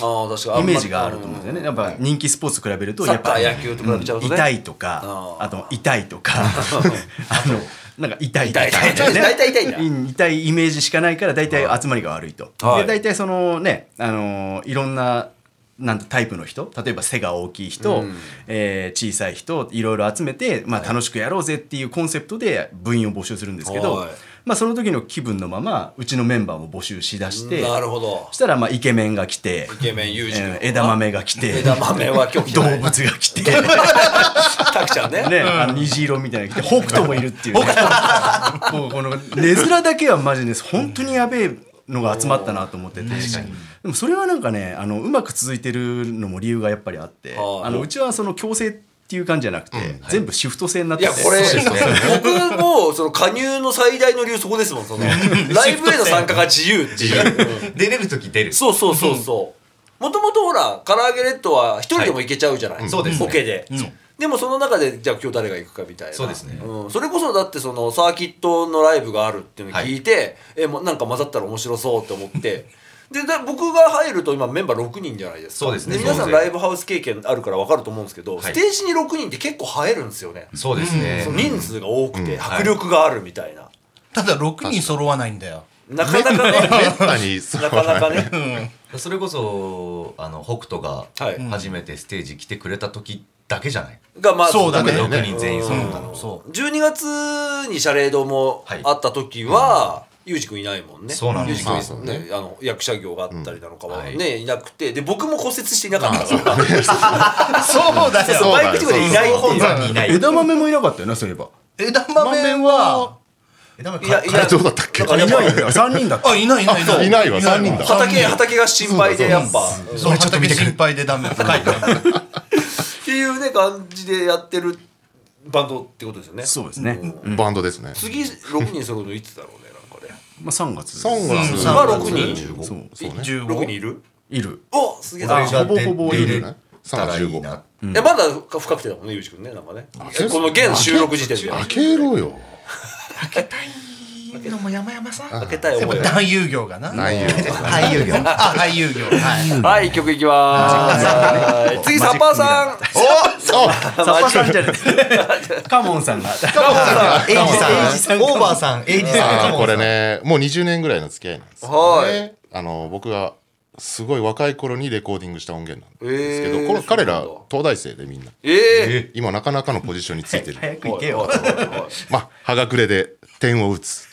Speaker 1: あー確かに
Speaker 2: イメージがあると思うんですよね。やっぱ人気スポーツと比べるとやっぱ
Speaker 1: サッカー野球と比べちゃうとね
Speaker 2: ん痛いと
Speaker 1: あ
Speaker 2: か、
Speaker 1: ー
Speaker 2: あと痛いと か、 あのなんか痛いとか
Speaker 1: 痛い痛い痛い痛い痛い痛い
Speaker 2: うん痛いイメージしかないから大体集まりが悪いと。
Speaker 1: はい
Speaker 2: で大体そのねあのいろんななんてタイプの人例えば背が大きい人、えー小さい人いろいろ集めて、まあ、楽しくやろうぜっていうコンセプトで部員を募集するんですけ
Speaker 1: は
Speaker 2: ど
Speaker 1: い、
Speaker 2: まあ、その時の気分のままうちのメンバーも募集しだして
Speaker 1: なるほど
Speaker 2: そしたらまあイケメンが来 て
Speaker 1: イケメンユージ君
Speaker 2: えー枝豆が来て
Speaker 1: 枝豆は今日来て
Speaker 2: 動
Speaker 1: ない
Speaker 2: 物が来てね
Speaker 1: タキちゃんね
Speaker 2: あの虹色みたいなのが来て北斗もいるっていうね もうこの根面だけはマジです本当にやべえのが集まったなと思っててでもそれはなんかねあのうまく続いてるのも理由がやっぱりあっ
Speaker 1: は
Speaker 2: て
Speaker 1: い
Speaker 2: あのうちはその強制っていう感じじゃなくて全部シフト制になっ
Speaker 1: い
Speaker 2: てて
Speaker 1: やこれ
Speaker 2: そうそうそう
Speaker 1: 僕もその加入の最大の理由そこですもんそのライブへの参加が自由っていううん
Speaker 3: 出れる時出る
Speaker 1: そうそうそうそうもともとほら唐揚げレッドは一人でも行けちゃうじゃない、
Speaker 3: んそうですね
Speaker 1: ボケで、でもその中でじゃあ今日誰が行くかみたいな
Speaker 3: そうですね
Speaker 1: んそれこそだってそのサーキットのライブがあるっていうのを聞いて、えもうなんか混ざったら面白そうって思ってでだ僕が入ると今メンバー6人じゃないですか
Speaker 3: そうですね
Speaker 1: 皆さ
Speaker 3: そ
Speaker 1: ん
Speaker 3: うです
Speaker 1: ライブハウス経験あるから分かると思うんですけど、
Speaker 3: い
Speaker 1: ステージに6人って結構映えるんですよね、
Speaker 3: そうですね
Speaker 1: その人数が多くて迫力があるみたいな、
Speaker 4: ただ6人揃わないんだよ
Speaker 1: なか なかね
Speaker 5: 何そう
Speaker 1: なかなかね
Speaker 3: それこそあの北斗が
Speaker 1: はい
Speaker 3: 初めてステージ来てくれた時だけじゃない、
Speaker 1: がまあ
Speaker 4: そうだね
Speaker 5: そうだ
Speaker 3: 6
Speaker 5: ね
Speaker 3: 人全員揃ったの、
Speaker 4: そ
Speaker 1: 12月にシャレードも
Speaker 3: はい
Speaker 1: あった時は、ユージ君いないもんね。
Speaker 3: そうなんです
Speaker 1: ユージ
Speaker 5: そう
Speaker 1: 君
Speaker 5: で
Speaker 1: ね、あの役者業があったりなのかは
Speaker 3: うん
Speaker 1: ね、
Speaker 3: はい
Speaker 1: い、なくて、で僕も骨折していなかったから、
Speaker 4: うそうだ
Speaker 1: そう
Speaker 4: よ
Speaker 1: バイク事故でいないっていう。
Speaker 3: いない
Speaker 2: 枝豆もいなかったよなそういえば
Speaker 4: 枝豆は
Speaker 3: 枝豆
Speaker 1: いやいや
Speaker 5: あれどうだったっけ
Speaker 1: だからやっぱ
Speaker 2: いないよ3人だった
Speaker 4: あいないいないいない
Speaker 5: いないわ三人だ
Speaker 1: 畑畑が心配でやっぱ。うん
Speaker 4: それちょっと見て心配でダメ
Speaker 1: っ
Speaker 4: だ
Speaker 1: ていうね感じでやってるバンドってことですよね。
Speaker 2: そうですね、
Speaker 5: バンドですね
Speaker 1: 次6人揃うのいつだろうねなんかね。
Speaker 2: まあ、3月
Speaker 5: ソングは
Speaker 1: うん
Speaker 5: まあ
Speaker 1: まあ六人
Speaker 2: そう
Speaker 5: そうね
Speaker 1: 6人いる
Speaker 2: いる
Speaker 1: おすげえな。
Speaker 3: 俺
Speaker 1: え
Speaker 3: が
Speaker 2: ほぼほぼ
Speaker 3: 出
Speaker 2: い
Speaker 3: れ
Speaker 2: る
Speaker 5: ね
Speaker 3: たらいいな
Speaker 1: まだ不確定だもんねユージ君ねなんかね。
Speaker 5: そう
Speaker 1: この現収録時点で。
Speaker 5: 開けろよ
Speaker 3: けども山々さん
Speaker 1: 開けたい思いが。
Speaker 4: 男優業がな
Speaker 5: 男優 業
Speaker 4: 俳優業あ俳優業はい
Speaker 1: はい、曲いきます。次、サッパーさん。
Speaker 2: サッパーさんじゃない カモンさんが
Speaker 3: エイジ
Speaker 5: エイジ
Speaker 3: さんオーバーさんエイジさん
Speaker 5: あ
Speaker 3: カモン
Speaker 5: ー
Speaker 3: さん
Speaker 5: これねもう20年ぐらいの付き合いなんですよ
Speaker 1: はい。
Speaker 5: あの僕がすごい若い頃にレコーディングした音源なんですけど、
Speaker 1: えー
Speaker 5: この彼ら
Speaker 1: そうなんだ
Speaker 5: 東大生でみんな
Speaker 1: ええ。
Speaker 5: 今なかなかのポジションについてる
Speaker 2: 早く行けよ
Speaker 1: はいはいはいはい
Speaker 5: まあ葉隠れで点を打つ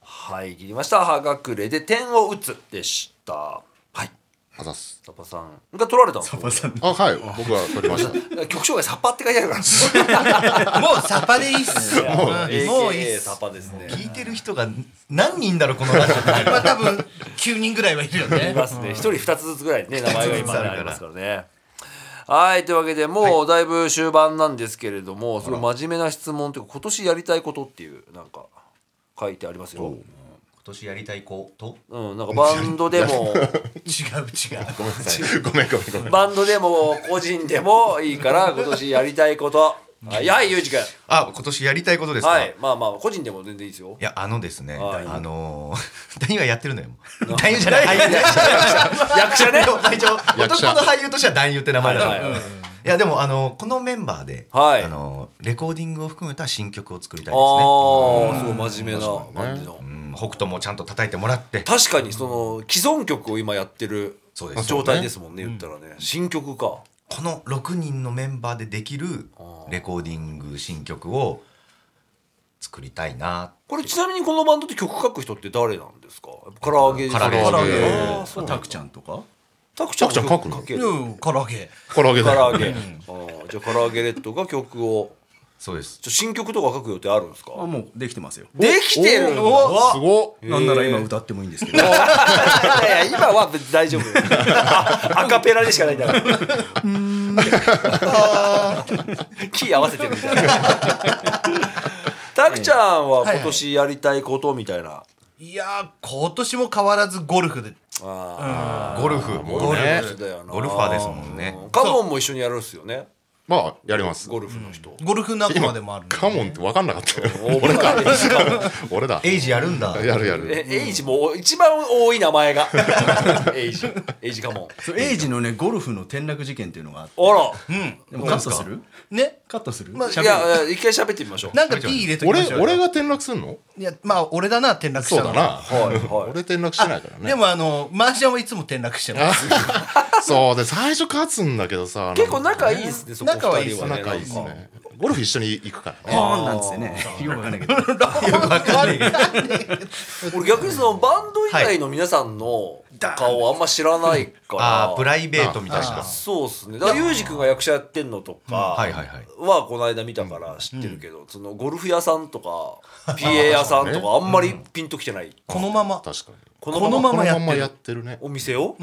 Speaker 1: はい、切りました。はがくれで点を打つでした。はい。
Speaker 5: あざっす
Speaker 1: サッパーさんが取られたんですよ
Speaker 5: あはい僕は取りました
Speaker 1: 曲紹介サッパーって書いてあるから。
Speaker 4: もうサパでいいっすよもうい
Speaker 1: AKA
Speaker 4: いっす
Speaker 1: サッパーですね。
Speaker 3: 聞いてる人が何人だろうこのラジオって
Speaker 4: まあ多分9人ぐらいはいるよ
Speaker 1: い
Speaker 4: ね
Speaker 1: ますね。一人二つずつぐらいね、名前が今ね
Speaker 3: 二つずつあるから
Speaker 1: ありますからね。はい、というわけでもうだいぶ終盤なんですけれども、その真面目な質問というか、今年やりたいことっていう、なんか、書いてありますよ。
Speaker 3: 今年やりたいこと
Speaker 1: うん、なんかバンド でも、
Speaker 4: 違う違う
Speaker 5: ごめんなさいごめんごめんごめん
Speaker 1: バンドでも個人でもいいから、今年やりたいこと。はい、はい、ゆうじくん。
Speaker 3: あ今年やりたいことですか、
Speaker 1: はいい、まあまあ、個人でも全然いいですよ。
Speaker 3: やあのですね、
Speaker 1: はい
Speaker 3: あのー、 男優はやってるのよもう男優じ ゃない俳優で
Speaker 1: 役者 ね。
Speaker 3: 一応
Speaker 5: 役者
Speaker 3: 男の俳優としては男優って名前だから、
Speaker 1: はいいはいはい
Speaker 3: やでもあのこのメンバーで、
Speaker 1: はい
Speaker 3: あのレコーディングを含めた新曲を作りたい
Speaker 1: あ
Speaker 3: です
Speaker 1: あ、
Speaker 3: ね、
Speaker 1: すごい真面目な感じの
Speaker 3: う。ん、北斗もちゃんと叩いてもらって
Speaker 1: 確かにその既存曲を今やってる
Speaker 3: そうです
Speaker 1: 状態ですもんね言ったらね新曲か
Speaker 3: この6人のメンバーでできるレコーディング新曲を作りたいな
Speaker 1: これちなみにこのバンドって曲書く人って誰なんですか唐揚げですか
Speaker 3: 唐揚げ
Speaker 1: あ
Speaker 5: 唐
Speaker 1: ー
Speaker 5: 揚
Speaker 1: そう
Speaker 2: タクちゃんとか
Speaker 1: タクちゃんも
Speaker 5: タクちゃん書くの
Speaker 1: 曲ける
Speaker 4: うん唐揚げ
Speaker 5: 唐揚げ
Speaker 1: 唐
Speaker 5: だ
Speaker 1: 揚げあーじゃあ唐揚げレッドが曲を
Speaker 3: そうです
Speaker 1: ちょ新曲とか書く予定あるんですか
Speaker 2: あもうできてますよ
Speaker 1: できてる
Speaker 5: お
Speaker 1: の
Speaker 5: すごっ
Speaker 2: なんなら今歌ってもいいんですけど
Speaker 1: いやいや今は別に大丈夫 あアカペラでしかないんだから キー合わせてるみたいなタクちゃんは今年やりたいことみたいな、
Speaker 4: いやー今年も変わらずゴルフで
Speaker 1: ああ
Speaker 3: ゴルフもう
Speaker 5: ゴル
Speaker 3: ね
Speaker 5: フ
Speaker 1: だよな
Speaker 3: ゴルファーですもんね
Speaker 1: カモンも一緒にやるっすよね
Speaker 5: まあやります
Speaker 1: ゴルフの人、
Speaker 4: ゴルフ仲間
Speaker 5: 今
Speaker 4: でもあるんだ
Speaker 5: カモンって分かんなかったよ
Speaker 1: お
Speaker 5: 俺か俺だ
Speaker 3: エイジやるんだ。
Speaker 5: やるや る
Speaker 1: えエイジも一番多い名前がエイジエイジかも
Speaker 2: そうエイジのねゴルフの転落事件っていうのがあって
Speaker 1: あら、
Speaker 2: でもカットする
Speaker 4: ね
Speaker 2: カットする、
Speaker 4: まあ
Speaker 2: しゃ
Speaker 1: い
Speaker 2: べる
Speaker 1: やいや一回喋ってみましょう
Speaker 4: なんか P 入れときま
Speaker 5: 俺
Speaker 4: しょうよ
Speaker 5: 俺が転落すんの
Speaker 4: いやまあ俺だな転落し
Speaker 5: そ
Speaker 4: た
Speaker 5: う
Speaker 4: の
Speaker 5: だな
Speaker 1: はいはい
Speaker 5: 俺転落してないからね
Speaker 4: でも あのマージャンはいつも転落してます
Speaker 5: そうで最初勝つんだけどさ
Speaker 1: 結構
Speaker 5: なんか
Speaker 1: 仲いいですねそこ
Speaker 4: 仲はいい
Speaker 1: 二人ね
Speaker 5: 仲いいですねゴルフ一緒に行くからね
Speaker 2: ポーンなんつってねよくわかんないけど
Speaker 1: 俺逆にそのバンド以外の皆さんの顔あんま知らないから、
Speaker 3: ああ、プライベートみたいな。
Speaker 1: そうですねだからユージ君が役者やってんのとか
Speaker 3: はいはいはい。
Speaker 1: はこの間見たから知ってるけど、そのゴルフ屋さんとか PA 屋さんとかあんまりピンときてない、
Speaker 4: このまま
Speaker 5: 確かに
Speaker 1: こ
Speaker 4: このま
Speaker 5: この
Speaker 4: やって
Speaker 5: まん
Speaker 4: る
Speaker 5: まやってるね
Speaker 1: お店を、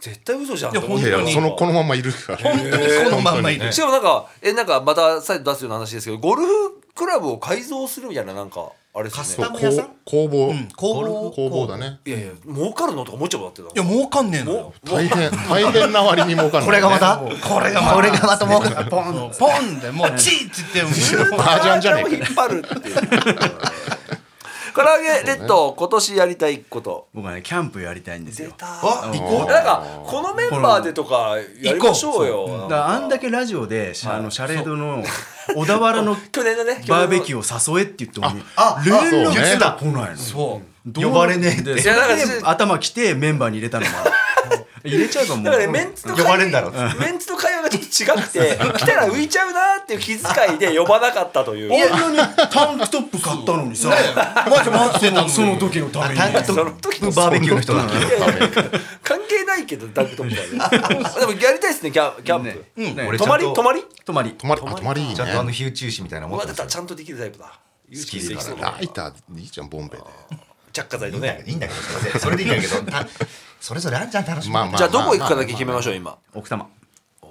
Speaker 1: 絶対嘘じゃんって思っ
Speaker 5: い
Speaker 1: て
Speaker 5: やいや
Speaker 1: た
Speaker 5: そのこのまんまいるから
Speaker 4: 本当にこのまんまいる
Speaker 1: しかもなんかえなんかまた再度出すような話ですけどゴルフクラブを改造するみたいななんかあれで
Speaker 4: カス
Speaker 1: す
Speaker 4: タ
Speaker 1: ね
Speaker 5: そう
Speaker 4: ム屋さん
Speaker 5: 工房
Speaker 4: うん工房
Speaker 5: 工房だね
Speaker 1: いやいや儲かるのとか思っちゃうもんだって
Speaker 4: いや儲かんねえの
Speaker 1: も
Speaker 4: よ
Speaker 5: 大変大変な割に儲かんない
Speaker 3: これがまた
Speaker 4: これがまた
Speaker 3: これがまたもう
Speaker 4: ポンポンでもうチーって言ってもう
Speaker 5: 麻雀じゃね
Speaker 1: を
Speaker 5: え
Speaker 1: 引っ張るっていう唐揚げレッド今年やりたいこと
Speaker 2: 僕はねキャンプやりたいんです
Speaker 1: 出
Speaker 2: よ
Speaker 1: た
Speaker 4: あ
Speaker 1: なん
Speaker 4: 行こ
Speaker 1: かこのメンバーでとかやりましょうよなん
Speaker 2: だか
Speaker 1: から
Speaker 2: あんだけラジオで、あのシャレードの小田原の
Speaker 1: 去年のね
Speaker 2: バーベキ
Speaker 1: ュー
Speaker 2: ューを誘えって言っても
Speaker 4: あ
Speaker 2: 連
Speaker 5: あそうね
Speaker 2: 絡が来ないの
Speaker 4: そう
Speaker 2: どう
Speaker 4: 呼ばれねえっ
Speaker 2: で
Speaker 4: て
Speaker 2: それ
Speaker 1: いやだ
Speaker 2: で
Speaker 1: から
Speaker 2: 頭きてメンバーに入れた のは入れちゃうかも
Speaker 1: だからねメンツと会話
Speaker 4: 呼ばれんだろ
Speaker 1: メンツと会話がちょっと違くて来たら浮いちゃうなっていう気遣いで呼ばなかったという
Speaker 2: あんなにタンクトップ買ったのにさ、
Speaker 4: 待って待ってた の
Speaker 2: その時のために
Speaker 4: タンク
Speaker 1: そ
Speaker 4: ト
Speaker 1: の
Speaker 4: ッ
Speaker 1: 時
Speaker 4: プバーベキューの人だ
Speaker 1: いやいや関係ないけどダンクトップはねでもやりたいですねキャンキャンプ、
Speaker 2: ねね
Speaker 3: 俺
Speaker 1: 泊まり
Speaker 3: ちゃんと
Speaker 1: 泊まり
Speaker 2: 泊まり
Speaker 5: 泊まりあ泊まりいい
Speaker 3: ちゃんとあの
Speaker 5: ね
Speaker 3: 火打ち石みたいなの持
Speaker 1: ま
Speaker 3: って
Speaker 1: だ
Speaker 3: ます
Speaker 1: ち
Speaker 3: よ
Speaker 1: ゃんとできるタイプだ好
Speaker 3: きだから
Speaker 5: ライターいいじゃんボンベで
Speaker 1: 着火剤のね
Speaker 3: いいんだけどそれでそれでいいんだけどたそれぞれあるじゃん楽しみ
Speaker 5: まあまあまあ
Speaker 1: じゃあどこ行くかだけ決めましょう今
Speaker 2: 奥多摩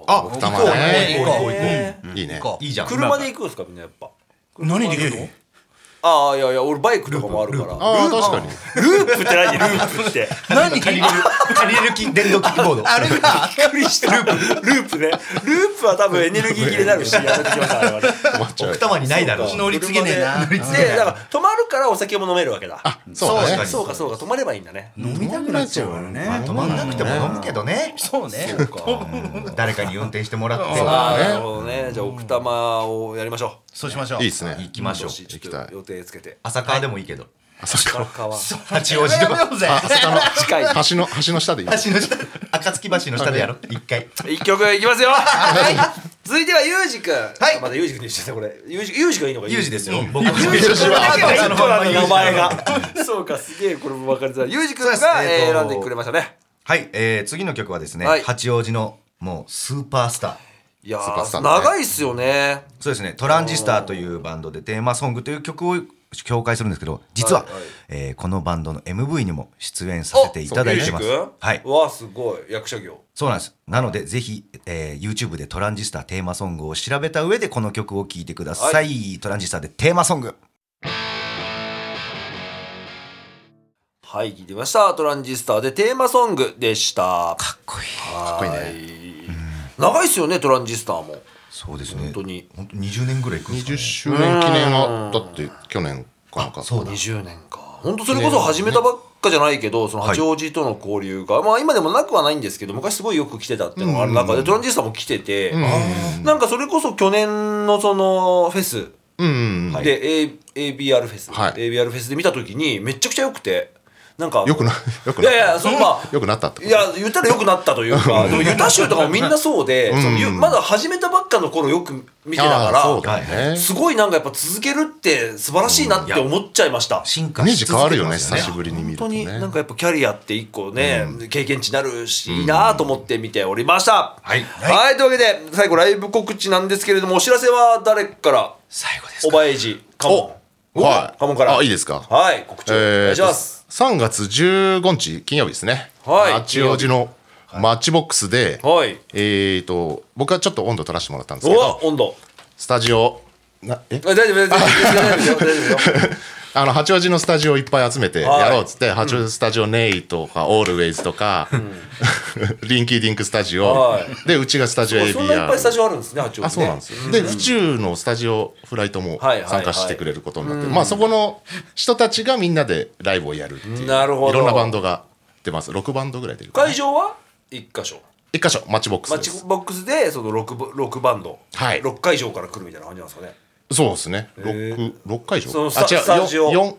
Speaker 5: あ奥多摩ね
Speaker 3: 行こう行こう
Speaker 1: え
Speaker 5: いい
Speaker 3: 行
Speaker 5: ね
Speaker 3: こういいじゃん
Speaker 1: 車で行くんですかみんなやっぱ
Speaker 4: プ何で行くの
Speaker 1: ああいやいや俺バイクとかもあるから
Speaker 5: ああ確かに
Speaker 1: ループって何ループって
Speaker 4: 何借りれる
Speaker 3: 借りれるき電動キックボード
Speaker 4: あれが
Speaker 1: びっくりしたループループねループは多分エネルギー切れになるしやめてきましたあれはね
Speaker 5: 泊まっちゃう
Speaker 3: 奥多摩にないだろうし
Speaker 4: 乗り継げねえな
Speaker 1: 車ででだから泊まるからお酒も飲めるわけだ
Speaker 5: あそうだね
Speaker 1: そうかそうか泊まればいいんだね
Speaker 2: 飲みたくなっちゃうからね
Speaker 3: 止まんなくても飲むけどね
Speaker 4: そうね
Speaker 3: うん誰かに運転してもらって
Speaker 1: ああ
Speaker 5: ね
Speaker 1: なるほどねじゃあ奥多摩をやりましょう
Speaker 4: そうしましょう
Speaker 5: いいっすね
Speaker 3: 行きましょう
Speaker 1: 今年ち
Speaker 5: 行き
Speaker 1: ょ
Speaker 5: た
Speaker 1: っ
Speaker 5: い
Speaker 1: と予定つけて
Speaker 3: 朝川でもいいけど
Speaker 5: 朝から
Speaker 1: 川
Speaker 3: 八王子とか
Speaker 4: やめようぜ
Speaker 5: あの
Speaker 1: 近い
Speaker 5: 橋の橋の下でいい
Speaker 3: 橋の下暁橋の下でやろう一回
Speaker 1: 一曲いきますよ続いてはユージくんはいまだユージくんでしたねこれユージユージがいいのか
Speaker 3: ユージですよ
Speaker 1: ユージ
Speaker 3: 僕は
Speaker 1: ユージ君だけが一個なのよ名前がそうかすげえこれも分かりづらいユージくん
Speaker 3: そうです
Speaker 1: がえー
Speaker 3: えーと
Speaker 1: 選んでくれましたね
Speaker 3: はい、えー、次の曲はですね、
Speaker 1: はい
Speaker 3: 八王子のもうスーパースター
Speaker 1: いや
Speaker 5: スーパースタ
Speaker 1: ー
Speaker 5: ーだね
Speaker 1: 長いっすよね
Speaker 3: そうですね「トランジスター」というバンドでテーマソングという曲を紹介するんですけど実は、
Speaker 1: はいはい
Speaker 3: えーこのバンドの MV にも出演させていただいてます
Speaker 1: ユージくん
Speaker 3: はい
Speaker 1: わあすごい役者業
Speaker 3: そうなんですなのでぜひ、えー YouTube で「トランジスター」テーマソングを調べた上でこの曲を聴いてください、
Speaker 1: は
Speaker 3: トランジスターでテーマソング
Speaker 1: はい聞いてみましたトランジスターでテーマソングでした
Speaker 3: かっこいい
Speaker 1: かっこいいね長いっすよねトランジスターも
Speaker 3: そうですね
Speaker 1: 本当に
Speaker 3: 本当20年ぐらいいくんですか
Speaker 5: 20
Speaker 3: ね
Speaker 5: 周年記念はだって去年かなんか
Speaker 3: そうだ
Speaker 1: 20年か本当それこそ始めたばっかじゃないけどその八王子との交流が、まあ今でもなくはないんですけど昔すごいよく来てたっていうのがある中で、トランジスタも来てて、なんかそれこそ去年のそのフェス
Speaker 5: うんうんうん
Speaker 1: で、A ABR フェス、
Speaker 5: はい
Speaker 1: ABR フェスで見た時にめちゃくちゃ良くてなんか
Speaker 5: よくな よく
Speaker 1: い
Speaker 5: な
Speaker 1: やいやそのまあ
Speaker 5: よくなったってこ
Speaker 1: いや言ったら良くなったというかでもユタ州とかもみんなそうで、そのゆまだ始めたばっかの頃よく見て
Speaker 5: と
Speaker 1: た
Speaker 5: ああそう
Speaker 1: か
Speaker 5: だ
Speaker 1: ら、
Speaker 5: ね
Speaker 1: すごいなんかやっぱ続けるって素晴らしいなって思っちゃいました。
Speaker 3: 進化
Speaker 5: イメー
Speaker 3: し
Speaker 5: ジ
Speaker 3: 続けて
Speaker 5: 変わるよね
Speaker 3: ます
Speaker 5: 久しぶりに
Speaker 1: 本
Speaker 5: 見る
Speaker 1: 当
Speaker 5: と
Speaker 1: に
Speaker 5: ね
Speaker 1: なんかやっぱキャリアって一個ね、経験値になるし、いいなと思って見ておりました。
Speaker 3: はい
Speaker 1: はい、というわけで最後ライブ告知なんですけれどもお知らせは誰から
Speaker 3: 最後です
Speaker 1: おばえじカモン
Speaker 5: はい
Speaker 1: カモンから
Speaker 5: あいいですか
Speaker 1: ンはい告知お願いします、
Speaker 5: えーと3月15日金曜日ですね、
Speaker 1: はい
Speaker 5: 八王子のマッチボックスで、
Speaker 1: はい
Speaker 5: えー、と僕はちょっと温度取らせてもらったんです
Speaker 1: お
Speaker 5: け
Speaker 1: わ
Speaker 5: ど
Speaker 1: 温度
Speaker 5: スタジオなえ
Speaker 1: あ大丈夫大丈夫大丈夫大丈夫大丈夫ですよ
Speaker 5: あの八王子のスタジオいっぱい集めてやろうっつって、八王子スタジオネイとか、オールウェイズとか、 リンキーディンクスタジオ
Speaker 1: は
Speaker 5: でうちがスタジオ
Speaker 1: そんないっぱいス
Speaker 5: ABR
Speaker 1: タジオあるんですね八王子ね
Speaker 5: あそうなんですよで府中のスタジオフライトも
Speaker 1: はいはいはい
Speaker 5: 参加してくれることになってまあそこの人たちがみんなでライブをやるっていうい
Speaker 1: なるほど
Speaker 5: ろんなバンドが出ます6バンドぐらい出るかな
Speaker 1: 会場は一箇所
Speaker 5: 一箇所マッチボックス
Speaker 1: マ
Speaker 5: で
Speaker 1: ッチ
Speaker 5: す
Speaker 1: ボックスでその 6, 六バンド、
Speaker 5: はい
Speaker 1: 6会場から来るみたいな感じなんですかね
Speaker 5: そうですね6会場
Speaker 1: そのスタ
Speaker 5: あ違う
Speaker 1: スタジオ
Speaker 5: 4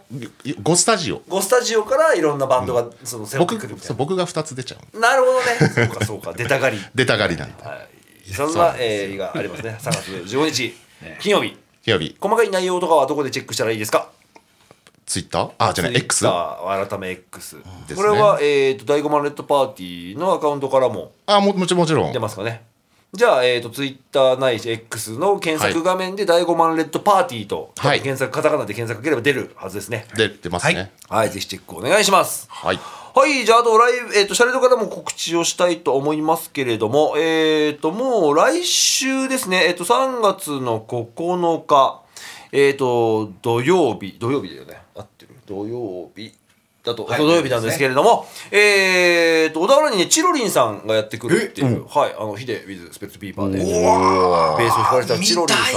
Speaker 5: 5スタジオ
Speaker 1: 5スタジオからいろんなバンドがその背負って
Speaker 5: 僕
Speaker 1: くるみた
Speaker 5: そ
Speaker 1: いう
Speaker 5: 僕が2つ出ちゃう
Speaker 1: な、なるほどね そうかそうか出たがり
Speaker 5: 出たがりなんで
Speaker 1: はいそんなえー日がありますね3月15日金曜日
Speaker 5: 火曜日
Speaker 1: 細かい内容とかはどこでチェックしたらいいですか
Speaker 5: ツイッターあじゃない X あ
Speaker 1: Twitter 改め X、
Speaker 5: すね
Speaker 1: これは、えー、と第5マンレッドパーティーのアカウントからも
Speaker 5: ももちもちろん
Speaker 1: 出ますかねじゃあ、えー、とツイッターないし X の検索画面で第5マンレッドパーティーと、
Speaker 5: はい
Speaker 1: 検索カタカナで検索かければ出るはずですね
Speaker 5: で出ますね
Speaker 1: はいぜひチェックお願いします
Speaker 5: はい
Speaker 1: はい、じゃあ、あと、ライブ、えっ、と、シャレドからも告知をしたいと思いますけれども、えっ、と、もう来週ですね、えっ、と、3月の9日、えっ、と、土曜日、土曜日だよね。合ってる土曜日。だと、土曜日なんですけれども、えっ、と、小田原にね、チロリンさんがやってくるっていう、はい、あの、ヒデ、ウィズ、スペッツピーパーで、ベースを弾かれてたチロリンさん。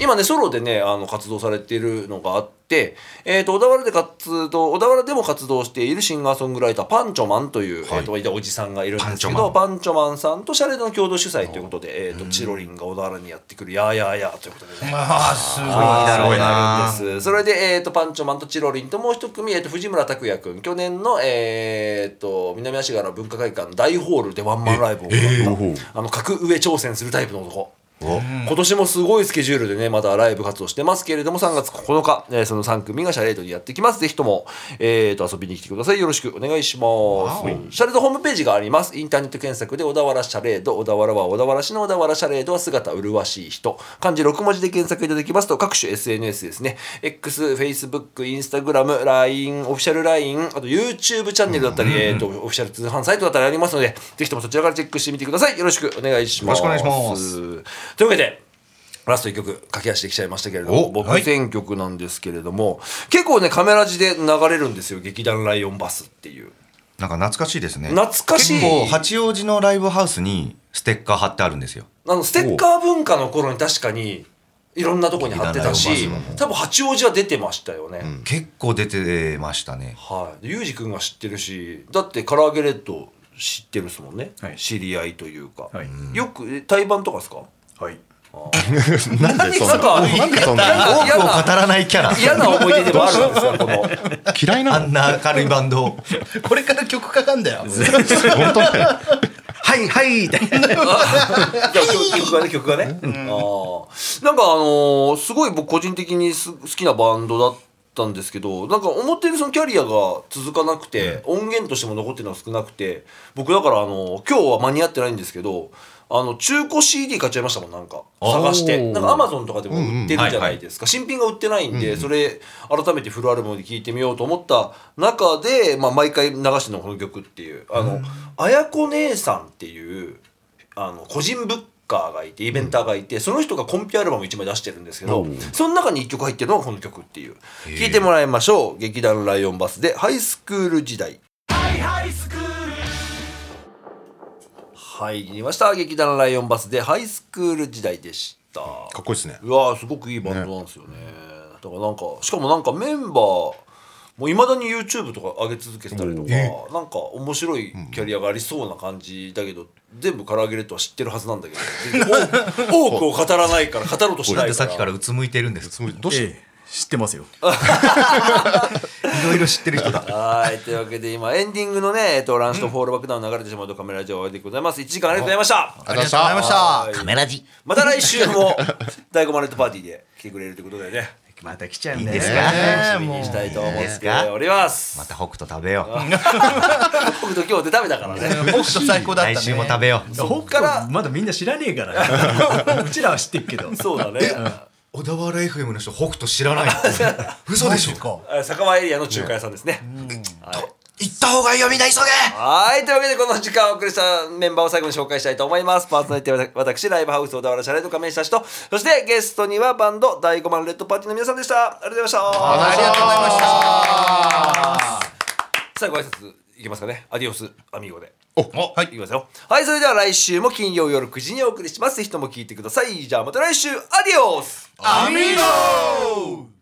Speaker 1: 今ね、ソロでね、あの、活動されてるのがあって、で、えー、と小田原で活動小田原でも活動しているシンガーソングライターパンチョマンという、えー、といたおじさんがいるんですけどパンチョマンさんとシャレードの共同主催ということで、えー、とチロリンが小田原にやってくる「やーやーやー」ということでね。
Speaker 4: まあすごい
Speaker 1: だ
Speaker 4: だ
Speaker 1: ろ
Speaker 4: ろ
Speaker 1: う
Speaker 4: う
Speaker 1: な
Speaker 4: な
Speaker 1: るんですそれで、えー、とパンチョマンとチロリンともう一組、えー、と藤村拓也君去年の、えー、と南足柄文化会館の大ホールでワンマンライブを行った、あの格上挑戦するタイプの男。今年もすごいスケジュールでねまだライブ活動してますけれども3月9日、えーその3組がシャレードにやってきますぜひとも、えー、と遊びに来てくださいよろしくお願いしますシャレードホームページがありますインターネット検索で小田原シャレード小田原は小田原市の小田原シャレードは姿麗しい人漢字6文字で検索いただきますと各種 SNS ですね XFacebookInstagramLINE オフィシャル LINE あと YouTube チャンネルだったり、えー、とオフィシャル通販サイトだったりありますのでぜひともそちらからチェックしてみてくださいよろしくお願いします
Speaker 4: よろしくお願いします
Speaker 1: す。というわけで、ラスト1曲、駆け足できちゃいましたけれども、僕選曲なんですけれども、結構ね、カメラ字で流れるんですよ、劇団ライオンバスっていう。
Speaker 3: なんか懐かしいですね
Speaker 1: 懐かしい
Speaker 3: 結構八王子のライブハウスにステッカー貼ってあるんですよ
Speaker 1: あの、ステッカー文化の頃に確かに、いろんなとこに貼ってた
Speaker 3: 劇
Speaker 1: し
Speaker 3: 団ライオンバスも、
Speaker 1: 多分八王子は出てましたよね。
Speaker 3: 結構出てましたね
Speaker 1: はい。でユージ君が知ってるし、だってカラーゲレット知ってるっすもんね。
Speaker 2: はい
Speaker 1: 知り合いというか。
Speaker 2: はい
Speaker 1: よく、え対バンとかですか
Speaker 2: はい
Speaker 5: なんでそんな
Speaker 1: 何
Speaker 5: なんでそんな
Speaker 3: 多く
Speaker 1: 嫌
Speaker 3: を語
Speaker 1: な、
Speaker 3: らないキャラ
Speaker 1: 嫌な思い出でもあるんですよ、この。
Speaker 5: 嫌い
Speaker 3: あ
Speaker 5: なの
Speaker 3: んな明るいバンドを
Speaker 4: これから曲かかんだよ
Speaker 5: 本当だよ
Speaker 2: はい はいって
Speaker 1: いや曲曲がね曲がね、あーなんかあのーすごい僕個人的にす好きなバンドだったんですけどなんか思ってるそのキャリアが続かなくて、音源としても残ってるのが少なくて僕だからあのー今日は間に合ってないんですけどあの中古 CD 買っちゃいましたもんなんか探してなんかアマゾンとかでも売ってるじゃないですか、新品が売ってないんで、それ改めてフルアルバムで聴いてみようと思った中で、まあ、毎回流してるのがこの曲っていうあの、あやこ姉さんっていうあの個人ブッカーがいてイベンターがいて、その人がコンピアルバム1枚出してるんですけど、その中に1曲入ってるのがこの曲っていう聞いてもらいましょう劇団ライオンバスでハイスクール時代はい入りました劇団ライオンバスでハイスクール時代でした
Speaker 5: かっこいいですね
Speaker 1: うわーすごくいいバンドなんですよねだからなんかしかもなんかメンバーもいまだに YouTube とか上げ続けてたりとかなんか面白いキャリアがありそうな感じだけど、全部カラーゲレットは知ってるはずなんだけ ど全然多く多くを語らないから語ろうとし
Speaker 3: な
Speaker 1: なんい
Speaker 3: で
Speaker 1: か
Speaker 3: さっ
Speaker 1: ら
Speaker 3: きからうつむいてるんです
Speaker 5: つもりどうし
Speaker 2: ええ知ってますよ
Speaker 3: いろいろ知ってる人だ
Speaker 1: はいというわけで今エンディングのね、えっと、ランチとフォールバックダウン流れてしまうとカメラ上お会いでございます1時間ありがとうございました
Speaker 5: ありがとうございました
Speaker 1: はい
Speaker 3: カメラ字
Speaker 1: また来週も大5マレットパーティーで来てくれるということでね
Speaker 2: また来ちゃうん
Speaker 3: いいんです
Speaker 2: ね
Speaker 3: か
Speaker 1: 楽しみにしたいと思っております
Speaker 3: また北斗食べよ
Speaker 1: 僕と今日で食べたからね
Speaker 4: 北斗最
Speaker 3: う
Speaker 4: 高だった
Speaker 3: 来
Speaker 4: ね
Speaker 3: 週も食べよう
Speaker 2: 北
Speaker 1: っから
Speaker 2: 斗まだみんな知らねえから ねうちらは知ってるけど
Speaker 1: そうだね。
Speaker 3: 小田原 FM の人北斗知らない嘘でしょ
Speaker 1: あ酒場エリアの中華屋さんですね。はい
Speaker 3: 行った方がいいよみんな急げ
Speaker 1: はい。というわけで、この時間をお送りしたメンバーを最後に紹介したいと思います。パーソナリティは私、ライブハウス小田原シャレと亀井久志と、そしてゲストにはバンド、第5番レッドパーティーの皆さんでした。ありがとうございました。
Speaker 5: ありがとうございました
Speaker 1: 最後挨拶いきますかね。アディオス、アミーゴで。
Speaker 4: おはい
Speaker 1: いきますよ。はい。それでは来週も金曜夜9時にお送りします。ぜひとも聞いてください。じゃあまた来週、アディオス
Speaker 4: アミーゴ